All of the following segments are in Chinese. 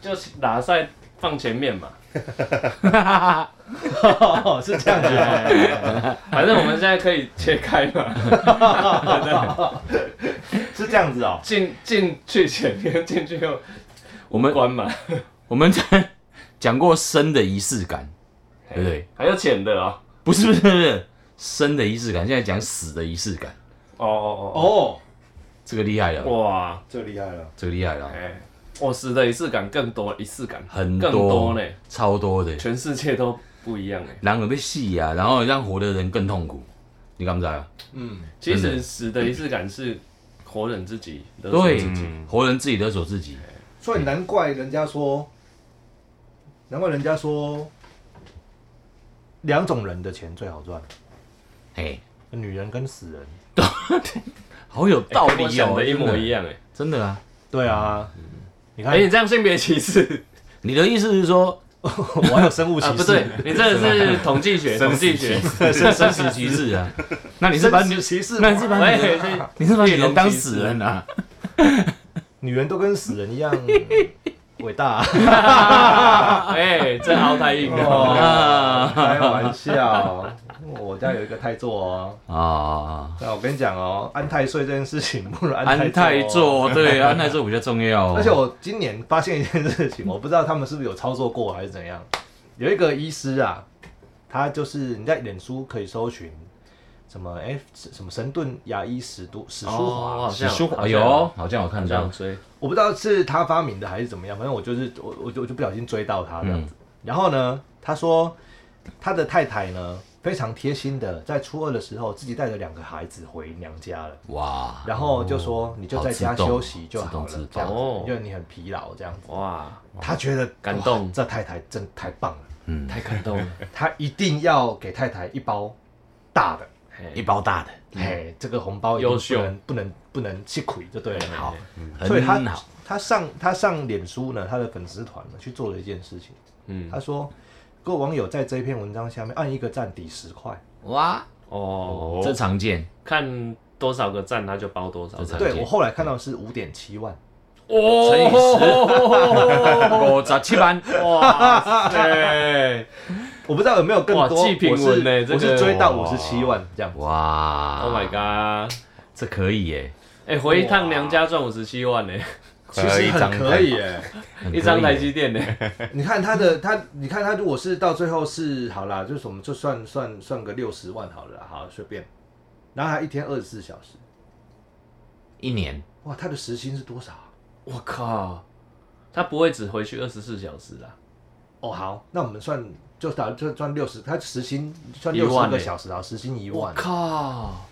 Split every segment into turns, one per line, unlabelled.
就是拉塞放前面嘛，
哦，是这样子啊。
反正我们现在可以切开嘛，
是这样子哦。
进进去前面，进去后
我们
关嘛，
我们讲过深的仪式感，对不对？
还有浅的啊，
不是不是不是深的仪式感，现在讲死的仪式感，
哦哦
哦，
这个厉害
哦，
了，
哇，
这厉害了。
这个厉害了，
哎，我死的仪式感更多，仪式感
很
更多嘞，
超多的，
全世界都不一样哎。
然后被戏啊，然后让活的人更痛苦，你敢不敢？
嗯，
其
真
实
的
死的仪式感是活人自己的，
对
自己，
活人自己勒嗯索自己，
所以难怪人家说，难怪人家说，两种人的钱最好赚，
哎，
女人跟死人。
好有
哎
道
跟我
理
想
哦，
的一模
真的
一，样哎。
真的啊。
对啊，你看
哎，，你这样性别歧视
你的意思是说，
我还有生物歧
啊？
视。
不对，你这个是统计学，统计学。
是生死局势啊？ 那你是把
生
女
物，歧视嘛，
那你是把
喂
你的，你是把女人当死人啊？
女人都跟死人一样伟大 啊。
哎，这凹太硬了。
哦，开玩笑，我家有一个太座哦。
啊，
那我跟你讲哦，安太岁这件事情不如
安
安
泰
太座哦。
座对，安泰座比较重要哦。
而且我今年发现一件事 情，我不知道他们是不是有操作过还是怎样。有一个医师啊，他就是你在脸书可以搜寻什么哎什么神盾牙医史都史书华，
好
史
像
书华
好像
有哦，好像我看
这
到
样，追，
我不知道是他发明的还是怎么样，反正我就是我我就我就不小心追到他这样
嗯
子。，然后呢，他说他的太太呢非常贴心的，在初二的时候自己带着两个孩子回娘家了，
哇，
然后就说你就在家
啊好自动
休息就好了，
自动哦自
这样子
动，
因为你很疲劳这样子。
哇，
他觉得
哦感
哇
动
这太太真太棒了，
嗯，
太感动了。
他一定要给太太一包大的，
嘿
一包大的，
嘿，这个红包一
嗯
定
优
不
秀
能不能不能吃亏就对了。
好，
所以他
很好，
他上他上脸书呢，他的粉丝团呢去做了一件事情，
嗯，
他说各位网友在这篇文章下面按一个赞抵十块。
哇，
哦，
这常见，
看多少个哦赞他就包多少
这
赞。
常
对
见
我后来看到是五点七万，
乘以十，五十七万，
哇塞，
我不知道有没有更
嗯哇
多。
记评
我是
文呢这
我是
个
追到
哇
五十七万这样。
哇
Oh my god！
这可以耶，
哎、回一趟娘家赚五十七万呢、
其实很可以耶。
很可
一
以耶
张台积 电呢、
你看他的他，你看他如果是到最后是好啦，就是我们就算算算个六十万好了啦，好随便。然后他一天二十四小时，
一年，
哇，他的时薪是多少啊？
我靠，他不会只回去二十四小时啦，
哦，好，那我们算就打就赚六十，他时薪算
一
六
万
十个
耶
小时啊，时薪一
我
万，
靠，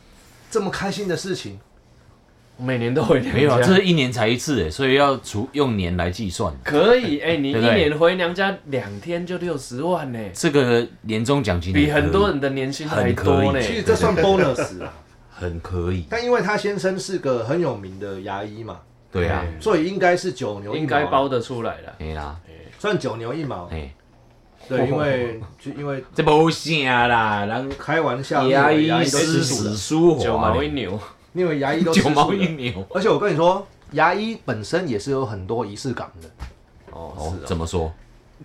这么开心的事情，
我每年都回娘家，
没有啊，这是一年才一次耶，所以要除用年来计算。
可 以哎、你一
对不对
年回娘家两天就六十万呢、
这个年终奖金
比
可以
很多人的年薪还多
很可
呢、
以
其实这算 bonus 啊。
很可以，
但因为他先生是个很有名的牙医嘛，
对啊，
所以应该是九牛一毛啊
应该包得出来啦。
没啦，
算九牛一毛。
哎，
对，因为就因为
这不啥啦，人
开玩笑，你以
牙
为
医
都吃
师
素
史
的，
书
九
华
毛一
嘞，
牛，
你以为牙医都吃
九
素的
毛一。牛
而且我跟你说，牙医本身也是有很多仪式感的。
哦
哦，
是
怎
啊，
么说？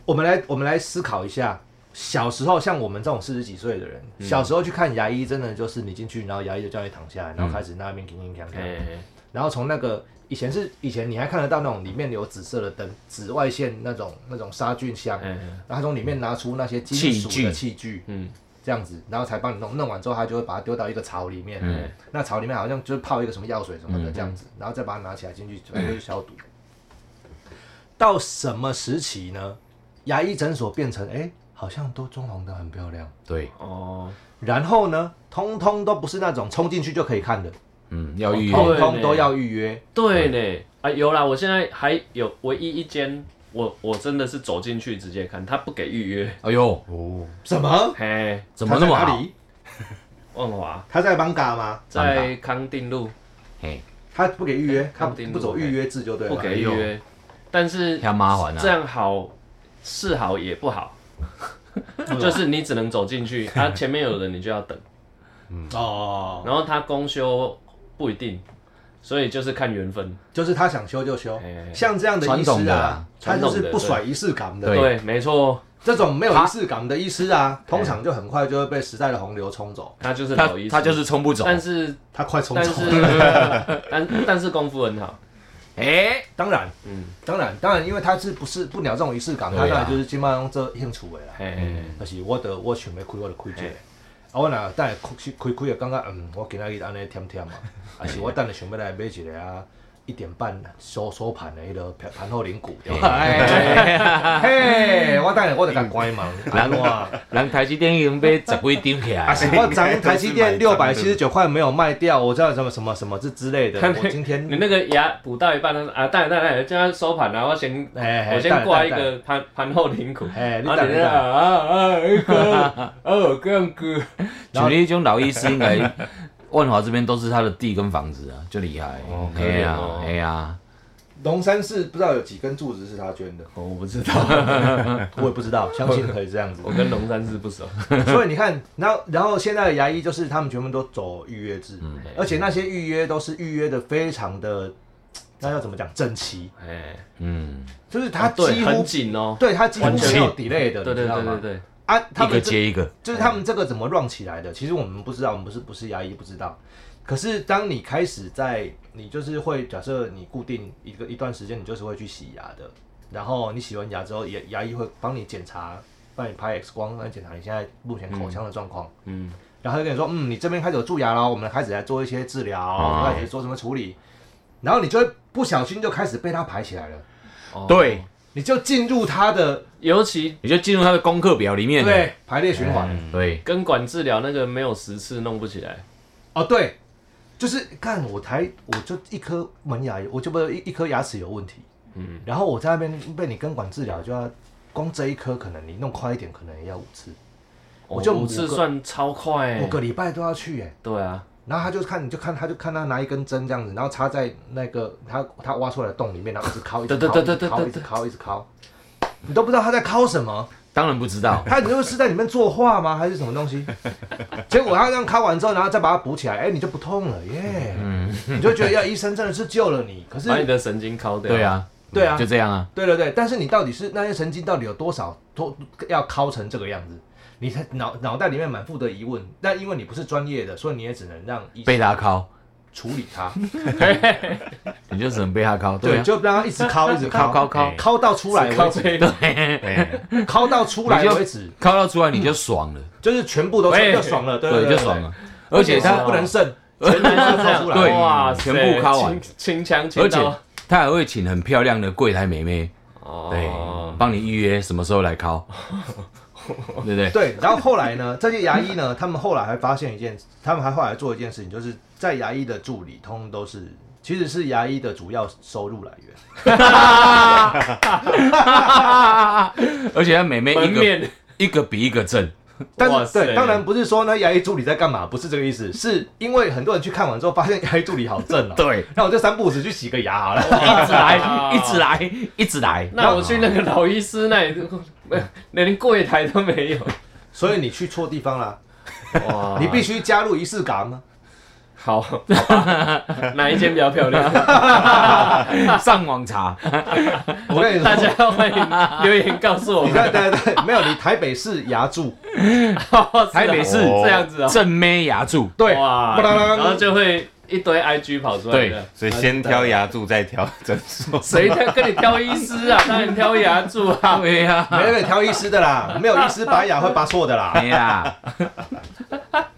我们来，我们来思考一下，小时候像我们这种四十几岁的人，小时候去看牙医，真的就是你进去，然后牙医就叫你躺下来，然后开始那边叮叮锵
哎、
锵， 然后从那个以前是以前你还看得到那种里面有紫色的灯、紫外线那种那种杀菌箱，
哎、
然后他从里面拿出那些金属的器具，
嗯，
这样子，然后才帮你弄，弄完之后他就会把它丢到一个槽里面，
嗯
那槽里面好像就是泡一个什么药水什么的这样子，然后再把它拿起来进去，准备去消毒。到什么时期呢？牙医诊所变成哎、诶好像都装潢的很漂亮，
对，
哦，
然后呢，通通都不是那种冲进去就可以看的，
嗯，要预
哦
约
通通都要预约。
对呢，啊有啦，我现在还有唯一一间，我我真的是走进去直接看，他不给预 约。
哎呦，
哦，什么？
嘿，
怎么那么
他在哪
好？
里？
万华
他在邦嘎吗？
在康定路
嘿，
他不给预约，他
康定路
不走预约制
啊
就对了。
不给预
哎
约，但是
要麻烦
这
啊，
样好是好也不好， 就是你只能走进去，他前面有人你就要等，
哦，
然后他公休不一定，所以就是看缘分。
就是他想修就修
嘿嘿嘿，
像这样的医
传统
师
的
啊
啊，
他
传
就
统的
是不甩仪式感的。
对
对，没错，
这种没有
他
仪式感的医师啊，通常就很快就会被时代的洪流冲走。
他就是
他
老医生，
他就是冲不走。
但是
他快冲
但
走
是
了。
但但是功夫很好，
哎，
当然，
嗯，
当然，当然，因为他是不是不鸟这种仪式感，
对
他
啊
当然就是金马用这兴趣的啦。
嘿嘿嘿
但是我的我想要开我就开一
嘿
个。啊，我若等下开开开就感觉嗯，我今仔日安尼忝忝嘛，还是我等下想要来买一个啊一点半收收盘的迄个盘盘后零股，对吧？哎嘿，我等下我就甲关 门，安怎？
人台积电已经被十几丢 起
啊，
来
是，我昨天台 积电六百七十九块没有卖掉，我知道什么什么什么这 之类的。
看那
我今天
你那个牙补到一半，他说啊，蛋蛋蛋，叫他收盘然后先
哎哎
我先挂一个盘盘后领口，
哎
然
你
后
等一
你
下
那啊啊啊一个哦这样哥，
像你这种老医师，应该 万华这边都是他的地跟房子啊，就厉害
哦。可
哎
怜
呀
哦，
哎呀，
龙山寺不知道有几根柱子是他捐的，
哦我不知道，
我也不知道，相信可以 这样子。
我跟龙山寺不熟，
所以你看，然后然后现在的牙医就是他们全部都走预约制，
嗯
而且那些预约都是预约的非常的，那要怎么讲整齐，
哎，
嗯，
就是他
哦对
几
很
乎
紧哦，
对他几乎没有 delay 的，
对
你
对
知道
对对
吗？
对，
啊，他
一个
们这
接一个，
就是他们这个怎么 run 起来的，其实我们不知道，我们不是不是牙医不知道。可是当你开始在你就是会假设你固定一个一段时间，你就是会去洗牙的，然后你洗完牙之后，牙牙医会帮你检查，帮你拍 X 光，帮你检查你现在目前口腔的状况。
嗯，
然后就跟你说，嗯，你这边开始有蛀牙了，我们开始来做一些治疗，
哦
开始做什么处理，然后你就会不小心就开始被他排起来了，
哦，
对，
你就进入他的
尤其
你就进入他的功课表里面了。
对排列循环。
嗯对，
根管治疗那个没有十次弄不起来，
哦，对，就是看我台我就一颗门牙有，我就不是一一颗牙齿有问题，嗯，然后我在那边被你根管治疗，就要光这一颗，可能你弄快一点，可能也要五次，我就
哦五
五
次
个
算超快
哎
五
欸，
个礼拜都要去哎、
对啊，
然后他就看，你就看，他就看他拿一根针这样子，然后插在那个他他挖出来的洞里面，然后一直敲，一直
对
敲，
对
一
对
直
对
敲，
对
一直敲，一直敲，你都不知道他在敲什么。
当然不知道。
他你就是在里面作画吗？还是什么 东西？结果他这样敲完之后，然后再把它补起来，哎、你就不痛了耶！
嗯
你就觉得呀，医生真的是救了你。可是
把，你的神经敲掉，
对，啊，
对啊
就这样啊。
对对对，但是你到底是那些神经到底有多少多要敲成这个样子？你才脑脑袋里面满腹的疑问，但因为你不是专业的，所以你也只能让医生
被他敲，
处理它，
你就只能被他敲。
对，
啊，
就让他一直敲，一直 敲，
敲敲敲哎
敲，敲到出来为
敲
止，
这个，
敲到出来
你就
为止，
啊 敲到出来你就爽了，
就是全部都
喂
就爽了，对
对，就爽，了。而且
他
他
不能剩，
全
部
部
敲出来
对
哇塞，
全部敲完
清，清腔清
而
到
且，他还会请很漂亮的柜台美眉，对
哦，，
帮你预约什么时候来敲，对不对？
对，然后后来呢，这些牙医呢，他们后来还发现一件，他们还后来做一件事情，就是在牙医的助理，通通都是其实是牙医的主要收入来源。
而且他美眉
门
一个
面
一个比一个正，
哇
但是
塞
对，当然不是说呢，牙医助理在干嘛，不是这个意思，是因为很多人去看完之后发现牙医助理好正 哦、
对，
那我就三步子去洗个牙好了。
一直来，一直来，一直来。
那我去那个老医师那里， 没连柜台都没有。
所以你去错地方啦，
啊
哇
你必须加入仪式感吗？
好，好 吧哪一间比较漂亮？
上网查，
我跟你
大
说。
家欢迎留言告诉我
你
们。
看，对对，对没有你台北市牙柱，
哦
台北市
这样子啊，
正妹牙柱，
对，
哇，
不啦啦啦
然后就会一堆 IG 跑出来
对
的。
所以先挑牙柱，再挑诊所。
谁在跟你挑医师啊？ 当然挑牙柱啊。
对呀，
没有挑医师的啦，没有医师拔牙会拔 错的啦，
嗯
没啦，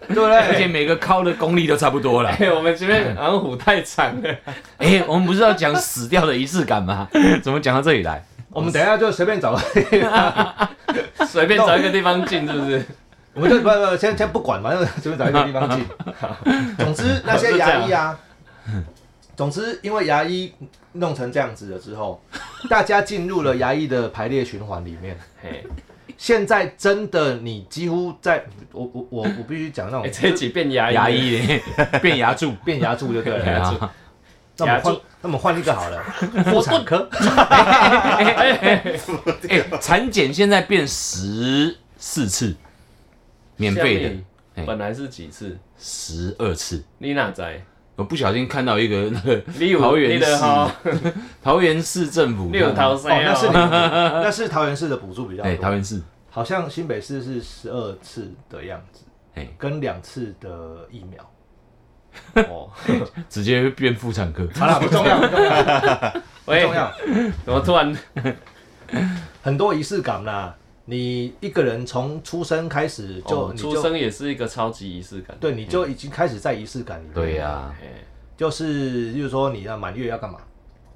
对不
而且
对？
每个敲的功力都差不多了。
哎，我们前面好像虎太长了。
哎、我们不是要讲死掉的仪式感吗？怎么讲到这里来？
我们等一下就随便找
随便找一个地方进，是不是？
我们就不不先先不管，反正随便找一个地方进。 总之那些牙医啊，总之因为牙医弄成这样子了之后，大家进入了牙医的排列循环里面。
嘿，
现在真的你几乎在，我我我我必须讲那
哎，
种
这几遍牙
牙医嘞，变牙柱。
变牙柱就对
对
了。
啊，
那我 们换
牙柱，
那我们换一个好了，妇产科。
哎
哎、产检现在变十四次，免费的
的，本来是几次？
十二次，
你哪在？
我不小心看到一个 那个
你有
桃
你
园市
的哈，
桃园市政府，
你有桃
哦，
山
那 是你
哦，
那是桃园市的补助比较
哎桃
多，
园市
好像新北市是十二次的样子
哎，
跟两次的疫苗。哦，
直接变妇产科，
好了，不重要，不重要，不
喂
重， 要。
怎么突然
很多仪式感啦，你一个人从出生开始就、
哦
你
出
就
生也是一个超级仪式感，
对，你就已经开始在仪式感里面。
对啊呀、
哎，
就是就是说你要满月要干嘛？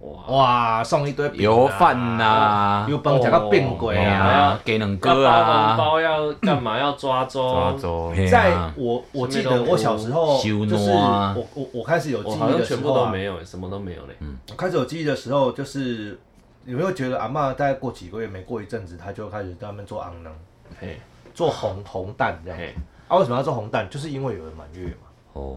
哇，
哇，送一堆饼啊
哦油饭啊呐、
油饭吃到变鬼
哎
啊！
呀，给两
要包
个
红
啊，
包要干嘛？要抓
抓
周，
周，
嘿啊
在我我记得我小时候
修
就
诺
是
啊
我我我开始有记
我
忆
好像
的时
全部
候
都
啊，
没有，什么都没有嘞。
我开始有记忆的时候就是有没有觉得阿嬷大概过几个月没过一阵子，她就开始在那边做昂能，
嘿，
做红红蛋这样
嘿，
啊？为什么要做红蛋？就是因为有人满月嘛。
哦，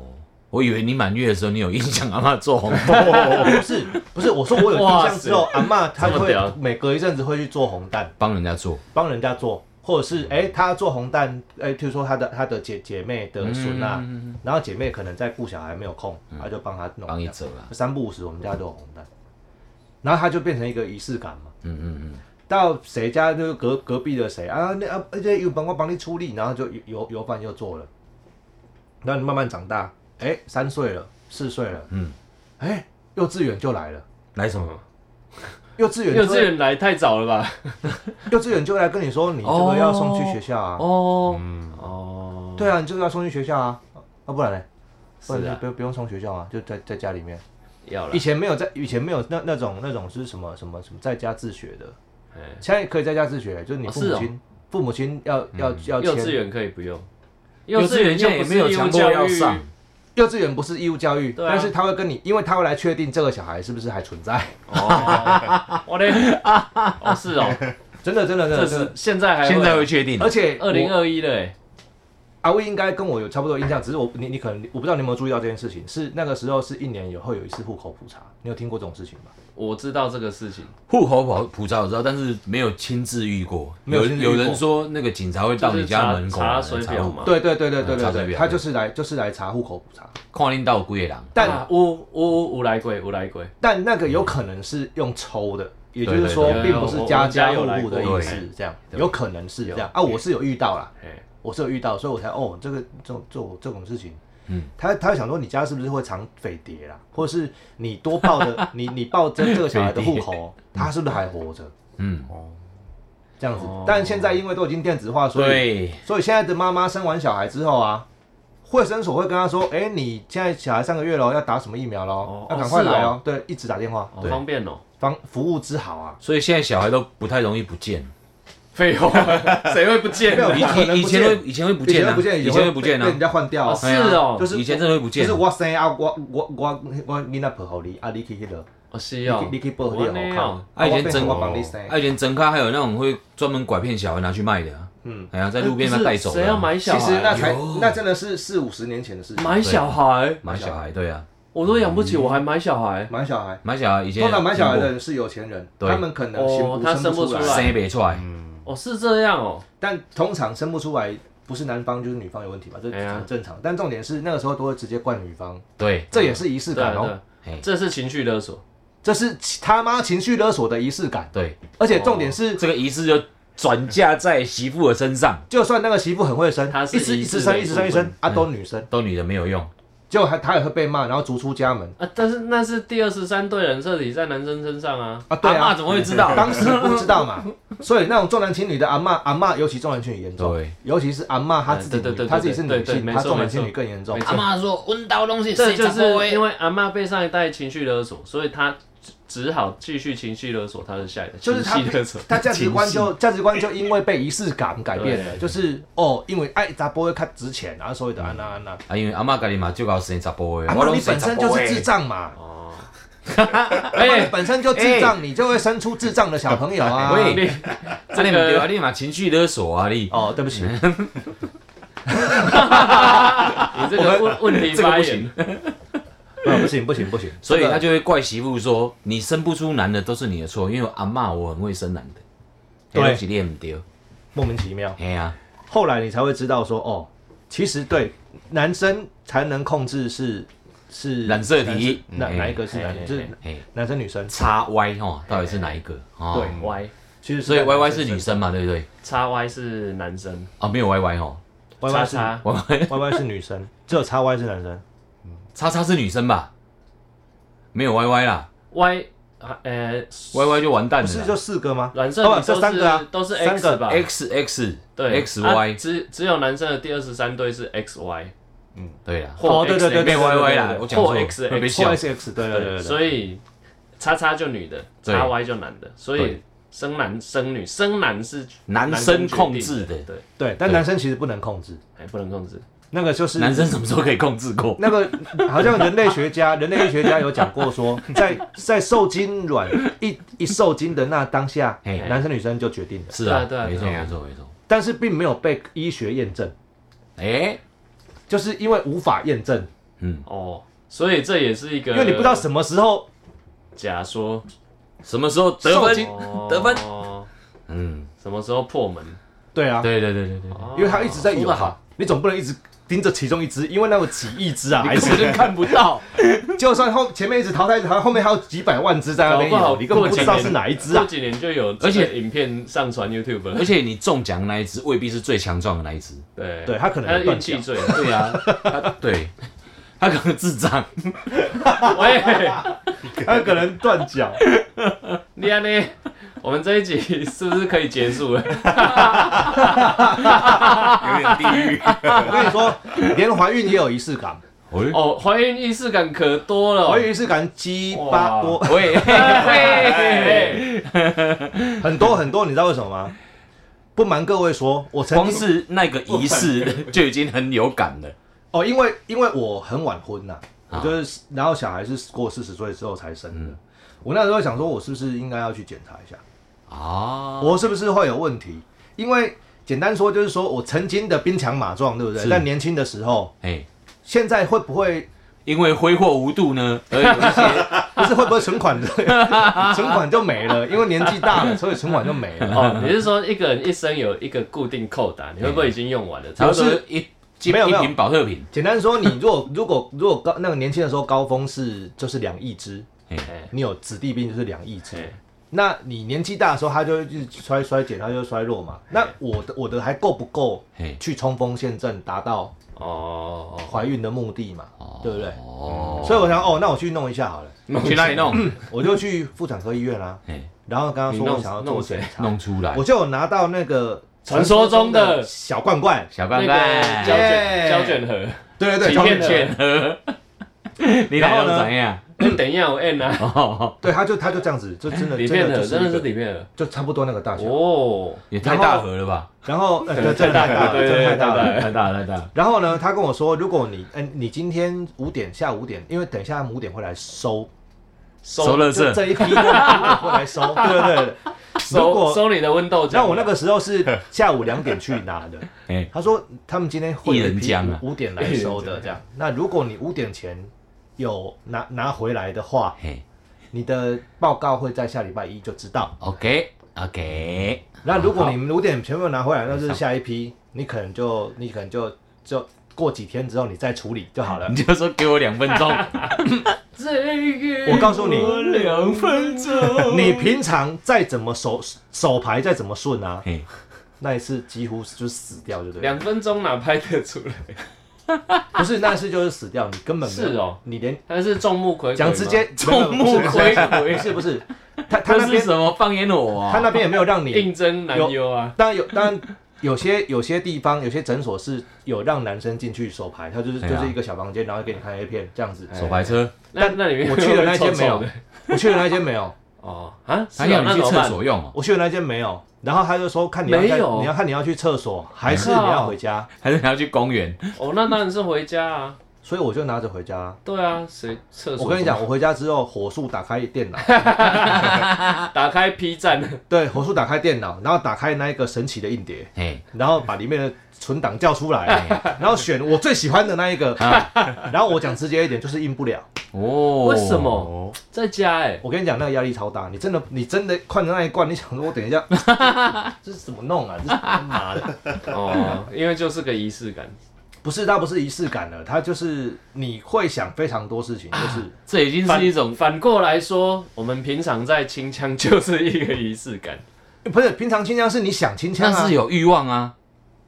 我以为你满月的时候你有印象阿妈做红 包，
不是不是，我说我有印象之后，阿嬷她
这么
会
屌
每隔一阵子会去做红蛋，
帮人家做，
帮人家做，或
嗯
者是哎、她做红蛋，哎、譬如说她的她的姐姐妹的
嗯
孙啊，然后姐妹可能在顾小孩没有空，她就帮她弄，
帮你折啊，
三不五时我们家都有红蛋，然后她就变成一个仪式感嘛。
嗯嗯嗯，
到谁家就是隔隔壁的谁啊，那啊，而且又帮我帮你出力，然后就油油油饭又做了。然后你慢慢长大，哎、三岁了，四岁了，嗯
嗯，
哎、幼稚园就来了。
来什么？
幼稚园
幼
就
稚
会，
园来太早了吧？
幼稚园就来跟你说，你这个要送去学校啊。
哦，
哦，
对啊，你这个要送去学校啊，啊不然呢？不然
是
就
啊
不用不用送学校啊，就在在家里面。
要了
以，前没有在，以前没有那那种那种是什么什么什么在家自学的，
哎
现在可以在家自学，就是你
哦
父母
是哦嗯
亲、父母亲要要要
幼
签。
稚园可以不用，
幼稚园
又
现在也
不
没
是
有
义务
强迫
教
要
育，
上，
幼稚园不是义务教育，
对啊
但是他会跟你，因为他会来确定这个小孩是不是还存 在。
哦， 我 嘞，哦是哦，
真的，真的，
这
真的，真
是
的。
现在还啊
现在会确定
而，且
二零
我
二一了哎，
阿威应该跟我有差不多印象，只是我你你可能我不知道你有没有注意到这件事情，是那个时候是一年有会有一次户口普查，你有听过这种事情吗？
我知道这个事情，
户口普普查我知道，但是没有亲自遇过，
没有
有
亲自遇过
有人说那个警察会到你家门口啊
就
来
是查查水表嘛
对对对对对
嗯
对
查这
对，
边
他就是来就是来查户口普查，
看恁到几个人，
但、
啊有有有有来过，有来过，
但那个有可能是用抽的，也就是
对
说
对对
并不是家家户
我们家有
户的
来
过
意思，这样
对
有可能是这样啊，我是有遇到啦，
哎，
我是有遇到，所以我才哦，这个这种这种这种事情，嗯
嗯，
他他会想说你家是不是会藏匪谍啦，或者是你多报的你你报这这个小孩的户口，他是不是还活着？
嗯，
这样子
哦，
但现在因为都已经电子化，所以
对，
所以现在的妈妈生完小孩之后啊，会生所会跟他说，哎、你现在小孩上个月咯，要打什么疫苗咯
哦，
要赶快来
是
哦
哦，
对，一直打电话，
好
对
方便哦，
方服务之好啊，
所以现在小孩都不太容易不见，
废 话，谁会不见
没有
以
可能不见
以以前会以前会不
以
见
前
啊，
不见，
以前会不见
被被人
啊，
家换掉啊、
哦是哦
就是
以前真的会不
就
见
是，我生啊，我我我我囡仔抱给你，啊，你去那个。
哦是
啊
你
哦
去，你去报你的户口
哦，
啊以前
我变
真
我帮你生，
啊以前整咖还有那种会专门拐骗小孩拿去卖的啊，
嗯呃
嗯，哎呀，在路边卖带走
呃谁
的
要
啊，
买
其
小孩啊？
实那才
有
那真的是四五十年前的事情，
买小孩，
买小孩，对啊，
我都养不起，我还买小孩。
买小孩，
买小孩以前
通常买小孩的人是有钱人，
对
他们可能
哦
行不
他
生
生不
不出
出
来，
来
生不出来，
哦，是这样哦，
但通常生不出来不是男方就是女方有问题吧，这
哎呀
很正常。但重点是那个时候都会直接怪女方，
对，
这也是仪式
对啊
感
对
哦
啊，，
嘿
这是情绪勒索，
这是他妈情绪勒索的仪式感，
对，
而且重点是。
这个仪式就转嫁在媳妇的身上，
就算那个媳妇很会生
她，是
一直
仪
一直
式
生，
的
一直生，一
一
直
部嗯
生，啊，都女生，
都女的没有用，
结果还她也会被骂，然后逐出家门
啊，但是那是第二十三对人设体在男生身上啊，
啊！对啊
阿嬷，怎么会知道？
当时不知道嘛， 所以那种重男轻女的阿嬷，阿嬷尤其重男轻女严重
对，
尤其是阿嬷她自己
哎对对对
女，她自己是
对对
女
对
性，
没
她
错
重男轻女更严重啊
没。错
阿妈说温刀东西，
这就是因
为
为阿嬷被上一代情绪勒索，所以她只只好继续情绪勒索她的下一代，
就是她
情绪勒索，
她价值观 就价值观就因为被仪式感改变了，
对
就是哦，因为爱砸波会看值钱，然后所以的安娜安娜，
嗯
啊，因为阿妈家己嘛就搞生十波的，
阿
我
嬷
拢
你
生
本
十
身
波
就是智
的，
障嘛，
哦，
阿嬷你
哎，
本身就智障，你就会生出智障的小朋友 啊。
喂
你
啊你
这
唔对啊，
个
你嘛情绪勒索啊你，
哦，对 不起，
你这个问问题
这个
发
不
言
行，
啊不行不行不行，
所以
这个
他就会怪媳妇说你生不出男的都是你的错，因为阿妈我很会生男的，
对
嘿都是你唔对，
莫名其妙。
嘿啊，
后来你才会知道说，哦，其实对男生才能控制是是
染色体
男生哪
嗯
哪一个是
嘿
男
嘿
就是
嘿
嘿
男生女生？
，X Y 哦，到底是哪一个？哦，
对
，Y
其实
所以 Y Y 是
女
女生嘛，对不对？
叉 Y 是男生，
啊，没有 Y Y 哦
，Y
叉
Y 是 Y
叉
Y 是女生，只有叉 Y 是男生。
，X X 是女生吧？没有 Y Y 啦
Y 啊呃
，Y Y 就完蛋
不
了啦。
是啊就四个吗？
染色
哦
体
这
都
三
是
个啊，
都是
三
X
个
吧？
X X
对
X
啊
Y
只只有男生的第二十三对是 X Y
对啦，
或
哦对对对
XX
没有 Y Y
对对
啦
对，
我讲错
或
了
XX
会被
错
笑
X X 对对对对对，
所以叉叉就女的，
对
叉 Y 就男的，所以
对
生男生女，生男是
男
生
生
决定
控制的
对，
对，但
对
男生其实不能控制，
哎不能控制，
那个就是
男生什么时候可以控制过？
那个好像人类学家， 人类学家有讲过说，在在受精卵一一受精的那当下，
嘿
男生女生就决定了，
是啊，
对啊对啊
没错
对
啊
没错没错。
但是并没有被医学验证，
哎，
就是因为无法验证，
嗯，
哦，所以这也是一个，
因为你不知道什么时候
假说
什么时候得分
受精？
得分
哦
嗯，
什么时候破门？
对啊，
对对对对对，对
因为它一直在
说
有
得
啊
好，
你总不能一直盯着其中一只，因为那有几亿只啊，还
你根本
是
就看不到。
就算后前面一直淘汰，后后面还有几百万只在那边
搞不
有，
好
你根本不知道
过几年
是哪一只
过
啊，
几年就有，
而且
影片上传 YouTube，了
而且你中奖的那一只未必是最强壮的那一只。
对
对，它可能
他
有断
运
脚
气最
对啊，他对，他可能智障。
喂，
它可能断脚，
你安呢？我们这一集是不是可以结束了？
有点地狱。
我跟你说，连怀孕也有仪式感。
哦，
哦，怀孕仪式感可多了哦，
我以为是感鸡巴多
喂，
哎
很多很多，你知道为什么吗？不瞒各位说，我曾
光
经
是那个仪式就已经很有感了。
哦，因为因为我很晚婚呐、
啊嗯
我就是然后小孩是过四十岁之后才生的。我那时候想说，我是不是应该要去检查一下，
啊，
我是不是会有问题？因为简单说就是说我曾经的兵强马壮，对不对？
是
但年轻的时候，
哎，
现在会不会
因为挥霍无度呢，而有一 些
不是会不会存款的 存款就没了？因为年纪大了，所以存款就没了。
哦，你是说一个人一生有一个固定扣打，你会不会已经用完了？
差
差
不
不多
多一一
没有没有
一瓶保特瓶。
简单说，你如果如果如果高那个年轻的时候高峰是就是两亿只，
哎
你有子弟兵就是两亿只。
哎
那你年纪大的时候，他就一直衰衰减，他就衰弱嘛。那我的我的还够不够
嘿，
去冲锋陷阵，达到
哦，
怀孕的目的嘛？对不对？
哦，
所以我想，哦，那我去弄一嗯下好了，
去哪里弄？
我就去妇产科医院啦、
哎，
然后跟他
你
说
弄
我想要
弄
做
谁
检查，
弄出来
我，就有拿到那个
传说中的
小罐罐，
小
那
罐
个胶
罐，
卷
耶
胶卷盒，
对对
几片
对，小罐罐
卷
你
然
来
后
弄
呢
怎样？
哎等一下我按啊，
哦，
对，他就他就哦这样子，就真的
底片
真
盒
的就是
真的是
一个
底片盒
就差不多那个大小。
哦，
也太大盒了吧？
然后，呃，对真的太大了，
对
真
对对
的太大了。
对
太大了太大了。
然后呢，他跟我说，如果你，嗯，你今天五点下午五点，因为等一下五点会来收，
收垃
这
圾，
这一批货会来收，对对对。如
收
果
收你的温豆
那
酱，
我那个时候是下午两点去拿的，
哎，
他说他们今天会有一
一
批
人浆啊
五点来收的这样。那如果你五点前有拿拿回来的话，
嘿
你的报告会在下礼拜一就知道。
，OK OK，
那如果你们五点全部拿回来，那就是下一批，你可能就你可能就就过几天之后你再处理就好了
你。就说给我两分 钟，
这个
我告诉你
我两分钟，
你平常再怎么手手牌再怎么顺啊，
嘿，
那一次几乎就是死掉，对不对
两
了？
分钟哪拍得出来？
不是那一次就是死掉，你根本没有
是哦
你连
但是众目睽睽吗
讲直接
众目睽睽
不是不是，他他
这
那
是
边
什么放烟火
他
啊？
那边也没有让你，
应征男优啊，
当然有当然有些有些地方有些诊所是有让男生进去手牌，他就是
对啊
就是一个小房间，然后给你看 A 片这样子。
哎手牌车，
那那里面
我去的那间
会
没
不
有
会臭臭的，
我去的那间没有，
哦啊，是
他
哦
要你
那
去
怎么
厕
办
所用哦，
我去的那间没有。然后他就说看你要
没
在
有
你要看你要去厕所还是你要回家，
还是你要去公园？
哦，那当然是回家啊。
所以我就拿着回家啊。
对啊，谁厕所？
我跟你讲，，我回家之后火速打开电脑，
打开 P 站，
对，火速打开电脑，然后打开那一个神奇的硬碟，
嘿，
然后把里面的存档叫出来， 然后选我最喜欢的那一个。然后我讲直接一点，就是硬不了。
哦，
为什么
哦，
在家哎，
我跟你讲，那个压力超大，你真的，你真的看着那一罐，你想说，我等 一下， 这是怎么弄啊？这是他妈的，
哦哦，因为就是个仪式感，
不是，它不是仪式感了，它就是你会想非常多事情，
啊
就是
这已经
反
是一种
反过来说，我们平常在清腔就是一个仪式感，
不是平常清腔是你想清腔
那
啊
是，有欲望啊，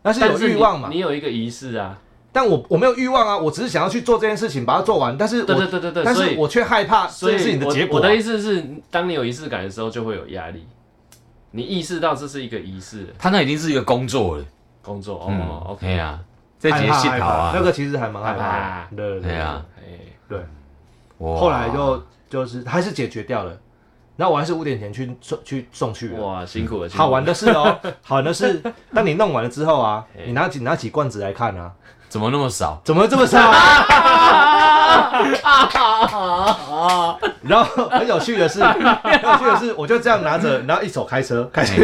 那是有
但是
欲
你
望嘛
你。有一个仪式啊，
但我我没有欲望啊，我只是想要去做这件事情，把它做完。但是我
对对对对对，
但
所
是
以
我却害怕这
所以
件事情的
我
结果
我
啊、
的意思是，当你有仪式感的时候，就会有压力。你意识到这是一个仪式了
他那已经是一个工作了。
工作哦、
嗯
o
哎
k
呀，这节
害
戏
怕害
逃
怕
啊
那，个其实还蛮害怕
害
的。对对
哎呀，
哎、
对，
哇
后来就就是还是解决掉了。然后我还是五点前去送去送去了。
哇，辛苦了，辛苦了
好玩的是哦，好玩的 是，当你弄完了之后啊，
哎
你拿起拿起罐子来看啊，
怎么那么少？
怎么这么少、啊？ 然后很有趣的是，很有趣的是，我就这样拿着，然后一手开 车开去。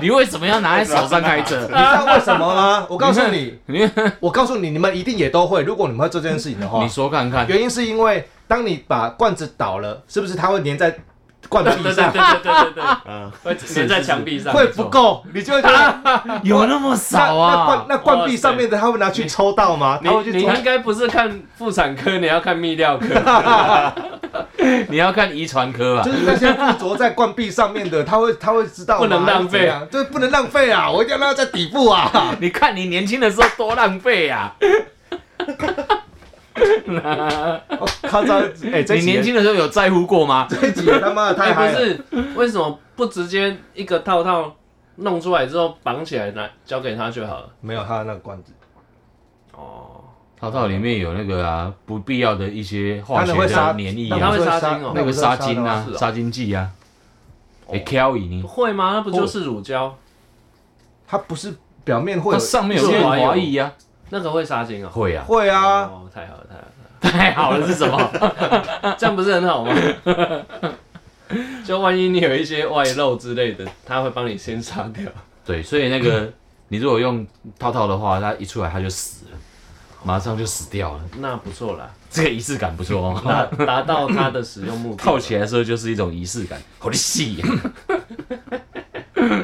你为什么要拿在手上开车？
你知道为什么吗？我告诉你，
你
我告诉你，你们一定也都会。如果你们会做这件事情的话
你，说看看，
原因是因为当你把罐子倒了，是不是它会粘在罐
对
壁
对对
上？
对对对对，
嗯，
会粘在墙壁上，
会
没错啊
不够，你就会觉得
有那么
那
少
那罐
啊？
那罐壁上面的，他会拿去抽到吗？他会
你
去
你
抽。
应该不是看妇产科，你要看泌尿科。
你要看遗传科啊吧
就？是那些附着在罐壁上面的，他会他会知道吗
不能浪费，
还是怎样对，不能浪费啊！我一定要让它在底部啊！
你看你年轻的时候多浪费啊！
我靠，这哦哎， 这
你年轻的时候有在乎过吗？
这集他妈的
哎、
太嗨
不
了！
是，为什么不直接一个套套弄出来之后绑起来拿交给他就好了？
没有他的那个罐子，
哦，
淘淘里面有那个啊，不必要的一些化
他
学
会杀
的黏液
它
啊
会，杀精哦
那个杀精
精
啊
是，哦
杀精剂啊，
哦
哎，Kel 你
不，会吗？那不就是乳胶？
它不是表面会
哦
它
有
啊上面有
是
润
滑油
滑液啊，
那个会杀精哦。
会啊，
会啊，
哦，太好了，太好了，
太好了是什么？
这样不是很好吗？ 就万一你有一些外露之类的，他会帮你先杀掉。
对，所以那 个你如果用套套的话，它一出来它就死了，马上就死掉了。
那不错啦，
这个仪式感不 错哦，
达达到它的使用目的。
套起来的时候就是一种仪式感，好的 戏。啊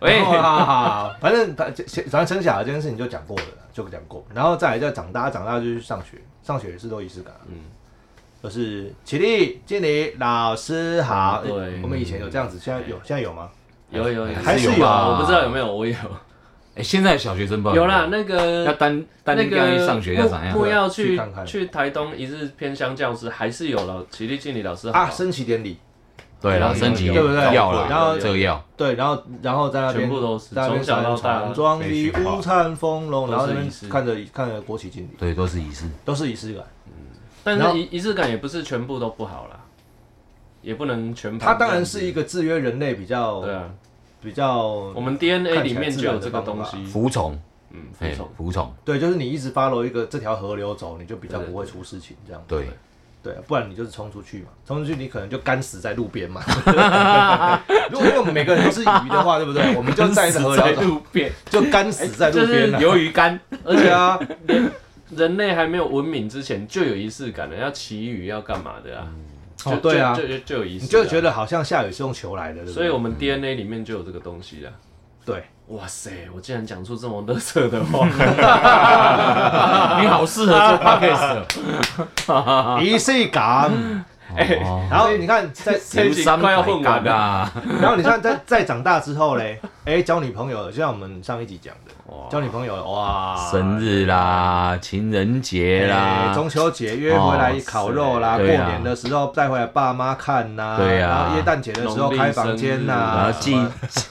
喂，
哎好好好，反正反正反正生小孩这件事情就讲过了，就讲过，然后再来就长大，长大就去上学，上学也是都仪式感，嗯，就是起立敬礼，老师好，
对
欸我们以前有这样子，现在有现在有吗？
有有有，
还是有
啊
我不知道有没有，我 有
哎，现在小学生不知道
有啦。那
要
个
单单
那
拎
个
去上学要怎样？啊
木木曜
去
去
看看
去台东一日偏乡教师，还是有了起立敬礼老师
啊，
好，
升旗典礼，
对啦，
有
升级
有
对不对
要啦，
然后
这个要，
对，然后然后在那
全
边
部都是
在那边
从小到大
传庄里
被训话
五彩丰隆，然后在
都
那
是仪
边
式
看着看着国旗敬礼，
对，都是仪式。
都是仪式感。
但
然后
是仪仪式感也不是全部都不好啦，也不能全盘这
它
样子。
当然是一个制约人类比较
对啊，
比较
我们 DNA
看起
里
来
面
自
就
然
有
的
这个
方
东
法
西，
服从，
嗯，服
哎
从。，
服从，
对，就是你一直 follow 一个这条河流走，你就比较不会出事情这样。
对，
对，啊不然你就是冲出去嘛，冲出去你可能就干死在路 边嘛。如果因为我们每个人都是鱼的话，对 不对？我们就在一个河
在
流走，
路边，
就干死在路
就是
边啊了。
鱿鱼干，
而且啊，
人类还没有文明之前就有仪式感了，要祈雨要干嘛的
嗯
啊？
哦
就
对啊
就，就就有仪式，
你就会觉，得好像下雨是用球来的，对不对？
所以我们 DNA 里面就有这个东西了。
对，
哇塞！我竟然讲出这么乐色的 话，
你好适合做 podcast
啊
仪式
嗯
感。
哦。
然后你看， 在
这一集快要混完了，
了。
然后你看，在在长大之后嘞，哎，交女朋友了，就像我们上一集讲的，
哇
交女朋友了哇，
生日啦，情人节
哎
啦，
中秋节约回来烤肉啦，
哦
过
是对啊
年的时候带回来爸妈看呐，
对啊
然后耶诞节的时候开房间
农
呐，
然后纪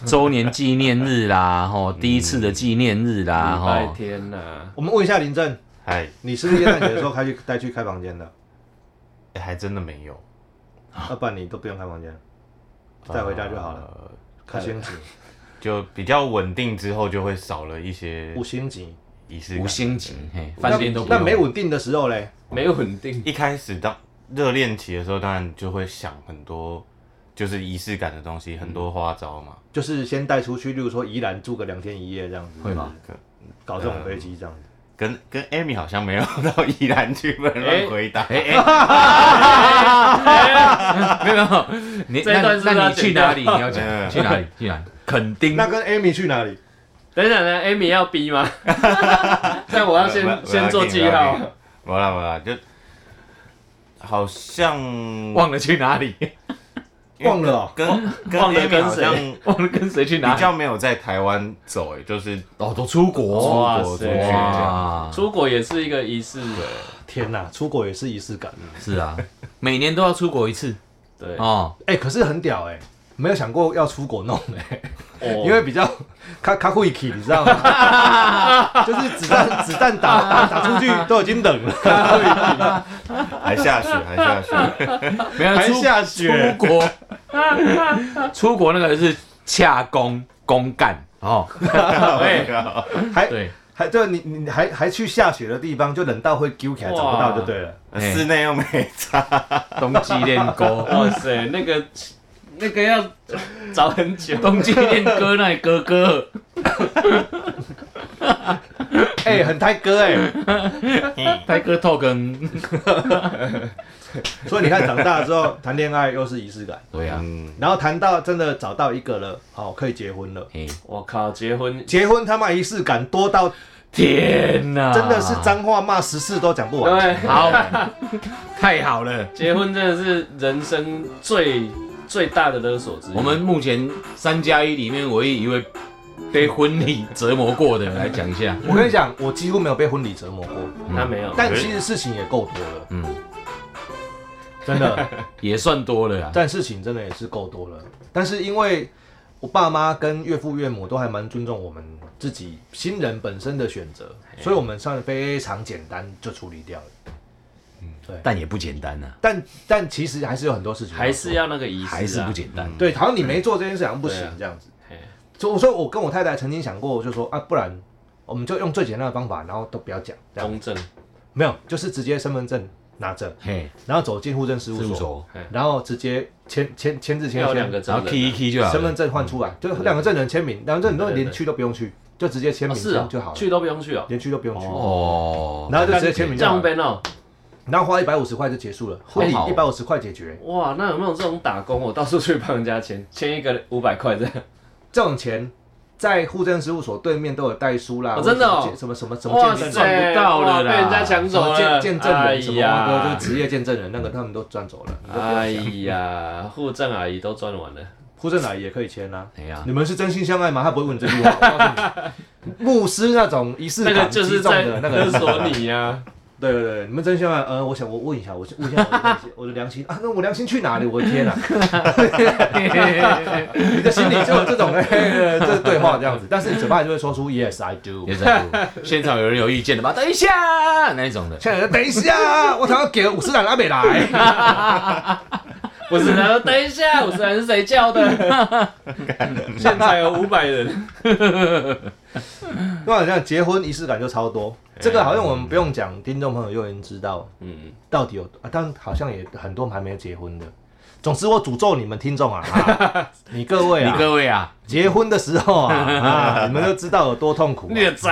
周年纪念日啦，吼，第一次的纪念日啦，
礼拜
啊吼，
天呐，
我们问一下林正，
还
你是不是耶诞节的时候开去带去开房间 的？
还真的没有，
要不然你都不用开房间，带回家就好
啊
了。
呃，
开星级，
就比较稳定之后，就会少了一些
五星级。
仪式
五
感。
星级，嘿，饭店都不
那那没
用
稳定的时候嘞，
没有稳 定，
一开始当热恋期的时候，当然就会想很多，就是仪式感的东西，很多花招嘛。
就是先带出去，例如说宜兰住个两天一夜这样子，
会吗？
搞这种飞机这样子。
跟跟 Amy 好像没有到宜兰去，不能乱回答。
哎哎，没有没有，你
这一
那
段是不是
那
要
你去
剪掉
哪里？你要
没有没
讲去
有
哪里？去哪里？肯定
那跟 Amy 去哪里？
等一下呢，Amy 要逼吗？但我要先
我要我要
先做记号
给你。没啦没啦，就好像
忘了去哪里，
忘了哦
跟跟
忘了跟
Amy 好像
谁
忘了跟谁去哪
比
里。
较没有在台湾走，哎，就是
哦，都出国
哇
出国出
塞
去这样。
哇，
出国也是一个仪式，
天哪，出国也是仪式感。
是啊，每年都要出国一次
对，
哦。
哎、可是很屌哎、没有想过要出国弄哎、
哦
因为比较卡卡库伊奇，你知道吗？ 就是子弹子弹打打打出去都已经冷了，
还下雪，还下雪，
没有
还
出
下
出
雪
国，出国那个是洽公公干哦，
哎
还
对，
还就你你还还去下雪的地方，就冷到会揪起来
哇
找不到就对了。
哎
室内又没差，
冬季恋歌，
哇塞，那个那个要找很久，
冬季恋歌那里哥哥，
哎、很泰哥哎、
泰哥透跟，
所以你看长大之后谈恋爱又是仪式感，
对啊，
嗯，
然后谈到真的找到一个了，好可以结婚了。
哎，
我靠，结婚
结婚他妈仪式感多到
天哪，
真的是脏话骂十次都讲不完。
对，
好，太好了。
结婚真的是人生最最大的勒索之一。
我们目前三加一里面唯一一位被婚礼折磨过的，来讲一下。
我跟你讲，我几乎没有被婚礼折磨过，
他没有，
但其实事情也够多了，
嗯，
真的。
也算多了啊啦。
但事情真的也是够多了。但是因为我爸妈跟岳父岳母都还蛮尊重我们自己新人本身的选择，所以我们算是非常简单就处理掉了。
但也不简单呐、
但但其实还是有很多事情要做，
还是要那个仪式、啊，
还是不简单。
嗯
对，好像你没做这件事好像不
对
行
啊
这样子。
嘿。
所以所以，我跟我太太曾经想过，就说啊，不然我们就用最简单的方法，然后都不要讲，这样
公正，
没有，就是直接身份证拿着，
嘿，
然后走进户政事务
事务
所，
所，
然后直接签签签字签
要有
一
两
签
个
然
证
后 key 一
人、啊
key 就好
身
了
份。证换出来，就两个证人签名，两个证人都
嗯对对
连
对
去都不用去，就直接签
啊，
名
是啊、
签就好了
去，都不用去哦。
连去都不用去，
哦，
然后就直接签名
这
就好
样
了，
呗哦，
然后花一百五十块就结束了，
好
婚礼
好
一百五十块解决，
哇，那有没有这种打工？我到处去帮人家签，签一个五百块这样。
这种钱。在户政事务所对面都有代书啦，
哦真的哦
或者是什么什么什么
哇
见证
塞
赚不到
哇
了啦
被人家抢
什
走
么
了，
见见证人什么那
哎
个
呀
就是职业见证人那个他们都赚走了，
哎呀，护证阿姨都赚完了，
户政来也可以签啊。
哎呀，
你们是真心相爱吗？他不会问这句话。我告诉 你牧师那种仪式
那个
感
就是
击中
在
的那个
勒索你啊呀、
对对对，你们真相爱？呃，我想我问一下，我问一下我的良心，我的良心啊，那我良心去哪里？我的天啊！你的心里就有这种 哎这对话这样子，但是你嘴巴还是会说出 Yes I do
也。在乎现场有人有意见的吗？等一下，那一种的。
现在等一下，我想要给五十两还没来，
不是，然后等一下，五十人是谁叫 的？现场有五百人，
那好像结婚仪式感就超多。这个好像我们不用讲，听众朋友就已经知道
嗯，
到底有，啊、但好像也很多还没结婚的。总之，我诅咒你们听众啊，啊你各位
你
啊，
各位啊，
结婚的时候啊，啊，你们就知道有多痛苦、啊
你。也知，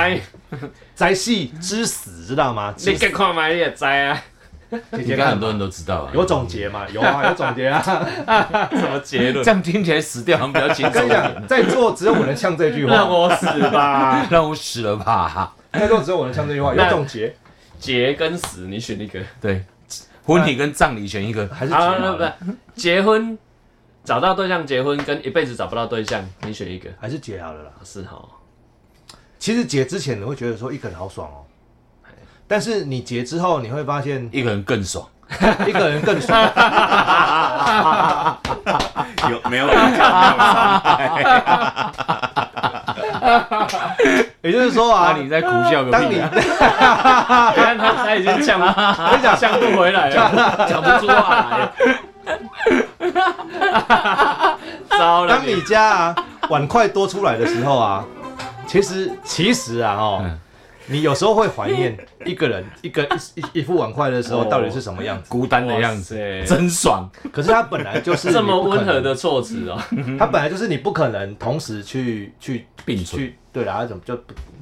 宅系之死，知道吗？
你给看嘛，你也知啊，
姐
应
姐
该
看
很多人都知道啊。
有总结嘛？有啊，有总结啊。
什么结论
这？样听起来死掉好像比较轻
跟
松
你。讲，在座只有我能像这句
让
话，
我死吧！
让我死了吧？
在座只有我能像这句话。有总结
结跟死，你选一个。
对，婚礼跟葬礼选一个。
还是结
好，那
好
不
了？
是结婚，找到对象结婚跟一辈子找不到对象，你选一个。
还是结好了啦。
是好，
其实结之前你会觉得说一个人好爽哦，但是你结之后你会发现
一个人更爽，
一个人更爽。
有没有人讲？
也就是说
啊！
啊，
你在苦笑个
当
屁
你
啊！
你看他他已经呛， 我
跟你讲
呛不回来了，讲不出话 来。糟了
当
你，
你家啊碗筷多出来的时候啊，其实其实啊哦
嗯，
你有时候会怀念一个人一个一一一副碗筷的时候到底是什么样子。
孤单的样子，
子
真爽。
可是它本来就 是
这么
你不可
温
能嗯
和的措辞哦，
它本来就是你不可能同时去去
并存
去对啦，怎么就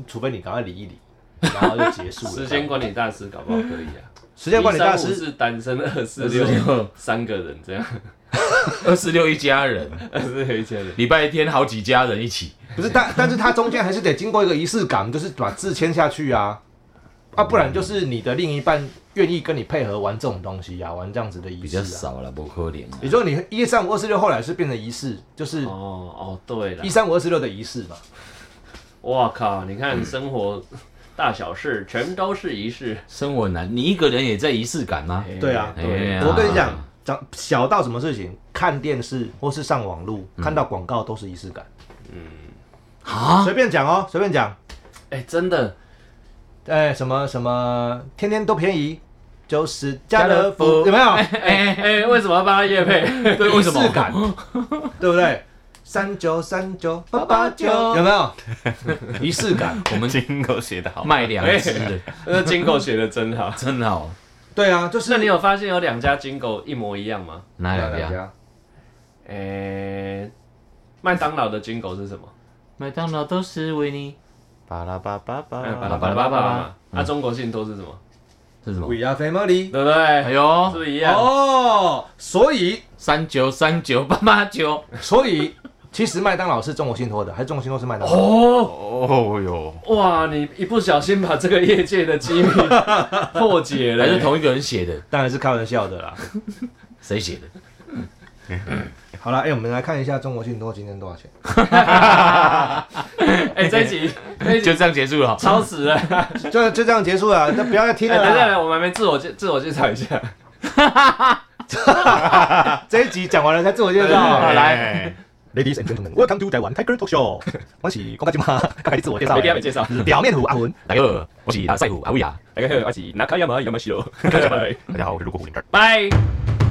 除非你赶快理一 理，然后就结束了。
时间管理大师搞不好可以啊。
时间管理大
一
师
三五是单身，二四六
26
三个人这样，
二十六一家人，
二四六一家人。
礼拜天好几家人一起，
不是，啊但但是它中间还是得经过一个仪式感，就是把字签下去啊，啊，不然就是你的另一半愿意跟你配合玩这种东西啊，玩这样子的仪
比
式、
较
啊。
少了，不可怜啊。
也就是你一三五二四六后来是变成仪式，就是
哦哦，对了
一，三五二四六的仪式嘛。
哇靠！你看生活大小事全都是仪式，
生活很难，你一个人也在仪式感吗？
哎
对啊
对
哎呀
我跟你讲，讲小到什么事情，看电视或是上网路看到广告都是仪式感，
啊，
随便讲哦，随便讲。
哎、真的，
哎，什么什么，天天都便宜，就是
家
家
乐
乐
福
福，有没有？
哎、哎、为什么要帮他夜配？
对，为什么
仪式感？对不对？三九三九八八九，有没有仪式感？
我们
金狗写的好，
卖两只的，
那金狗写的真好。
真好，
对啊，就是
那你有发现有两家金狗一模一样吗？
哪两家？
家，
哎、麦当劳的金狗是什么？
麦当劳都是维尼，
巴拉巴巴巴
哎，巴
拉
拉
巴
巴拉巴拉嘛。
嗯
那、中国信托是什么？
这是什么？
We are family。
对不对？
哎
是不
呦，
是一样？
哦，所以
三九三九八八九，
所以其实麦当劳是中国信托的，还是中国信托是麦当劳？
哦，
哦哟，
哇！你一不小心把这个业界的 机密破解了
还，是同一个人写的？
当然是开玩笑的啦。
谁写的？
好了，哎、我们来看一下中国信托今天多少钱。
哎、这一集这一集
就这样结束了。
超时了。
就就这样结束了，那不要再听
啊
哎、
了
等一下，等一
啦。
下我们还没自我介自我介绍一下。
这一集讲完了才自我介绍。
好来
哎，
Ladies and gentlemen, welcome to Taiwan Tiger Talk Show。我是公大金马，赶快自我介绍
一定。要介绍。
表面虎阿文，
大家好，我是阿赛虎阿维亚。
大家好，我是中山山山山山
大家好，我是陆国虎林。
拜。
拜。